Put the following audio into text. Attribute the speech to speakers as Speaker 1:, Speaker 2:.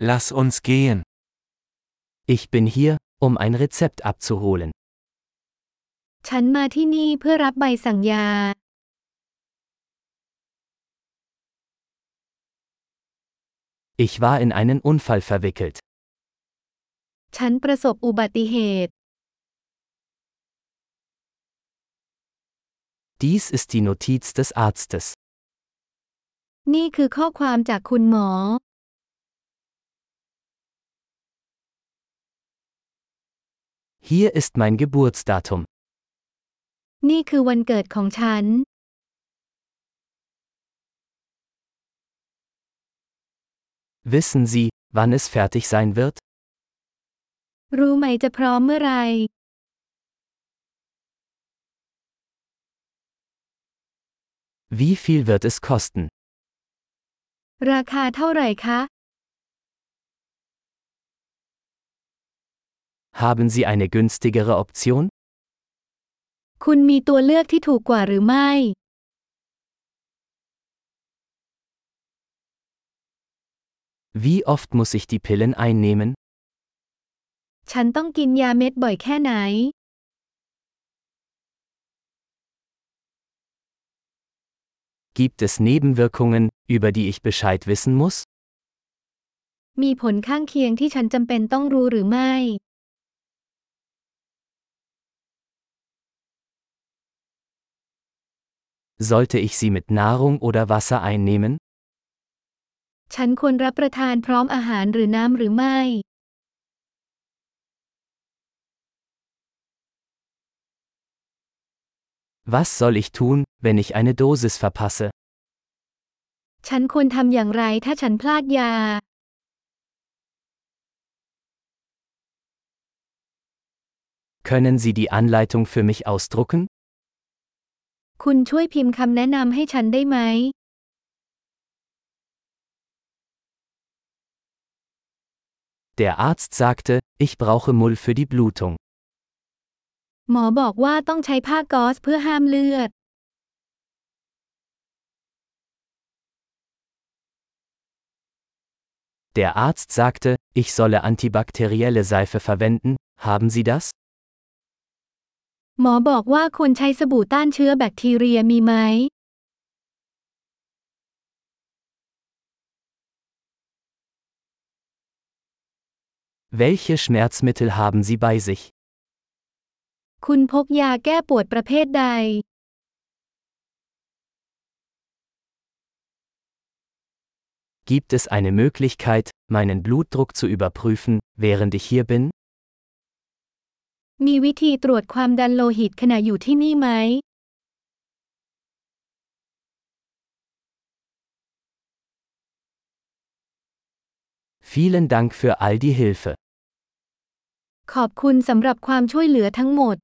Speaker 1: Lass uns gehen.
Speaker 2: Ich bin hier, um ein Rezept abzuholen.
Speaker 3: ฉันมาที่นี่เพื่อรับใบสั่งยา
Speaker 2: Ich war in einen Unfall verwickelt.
Speaker 3: ฉันประสบอุบัติเหตุ
Speaker 2: Dies ist die Notiz des Arztes.
Speaker 3: นี่คือข้อความจากคุณหมอ
Speaker 2: Hier ist mein Geburtsdatum.
Speaker 3: นี่คือวันเกิดของฉัน
Speaker 2: Wissen Sie, wann es fertig sein wird?
Speaker 3: รู้ไหมจะพร้อมเมื่อไหร
Speaker 2: Wie viel wird es kosten?
Speaker 3: ราคาเท่าไหร่คะ
Speaker 2: Haben Sie eine günstigere Option?
Speaker 3: คุณมีตัวเลือกที่ถูกกว่าหรือไม่
Speaker 2: Wie oft muss ich die Pillen einnehmen?
Speaker 3: ฉันต้องกินยาเม็ดบ่อยแค่ไหน
Speaker 2: Gibt es Nebenwirkungen, über die ich Bescheid wissen muss?
Speaker 3: มีผลข้างเคียงที่ฉันจำเป็นต้องรู้หรือไม่
Speaker 2: Sollte ich sie mit Nahrung oder Wasser einnehmen?
Speaker 3: ฉันควรรับประทานพร้อมอาหารหรือน้ำหรือไม่
Speaker 2: Was soll ich tun, wenn ich eine Dosis verpasse?
Speaker 3: ฉันควรทำอย่างไรถ้าฉันพลาดยา
Speaker 2: Können Sie die Anleitung für mich ausdrucken?
Speaker 3: คุณช่วยพิมพ์คำแนะนำให้ฉันได้ไหม
Speaker 2: Der Arzt sagte, ich brauche Mull für die Blutung.
Speaker 3: หมอบอกว่าต้องใช้ผ้าก๊อซเพื่อห้ามเลือด
Speaker 2: Der Arzt sagte, ich solle antibakterielle Seife verwenden, haben Sie das?
Speaker 3: หมอบอกว่าควรใช้สบู่ต้านเชื้อแบคทีเรียมีไหม
Speaker 2: Welche Schmerzmittel haben Sie bei sich?
Speaker 3: คุณพกยาแก้ปวดประเภทใด
Speaker 2: Gibt es eine Möglichkeit, meinen Blutdruck zu überprüfen, während ich hier bin?
Speaker 3: มีวิธีตรวจความดันโลหิตขณะอยู่ที่นี่ไหม
Speaker 2: Vielen Dank für all die Hilfe.
Speaker 3: ขอบคุณสำหรับความช่วยเหลือทั้งหมด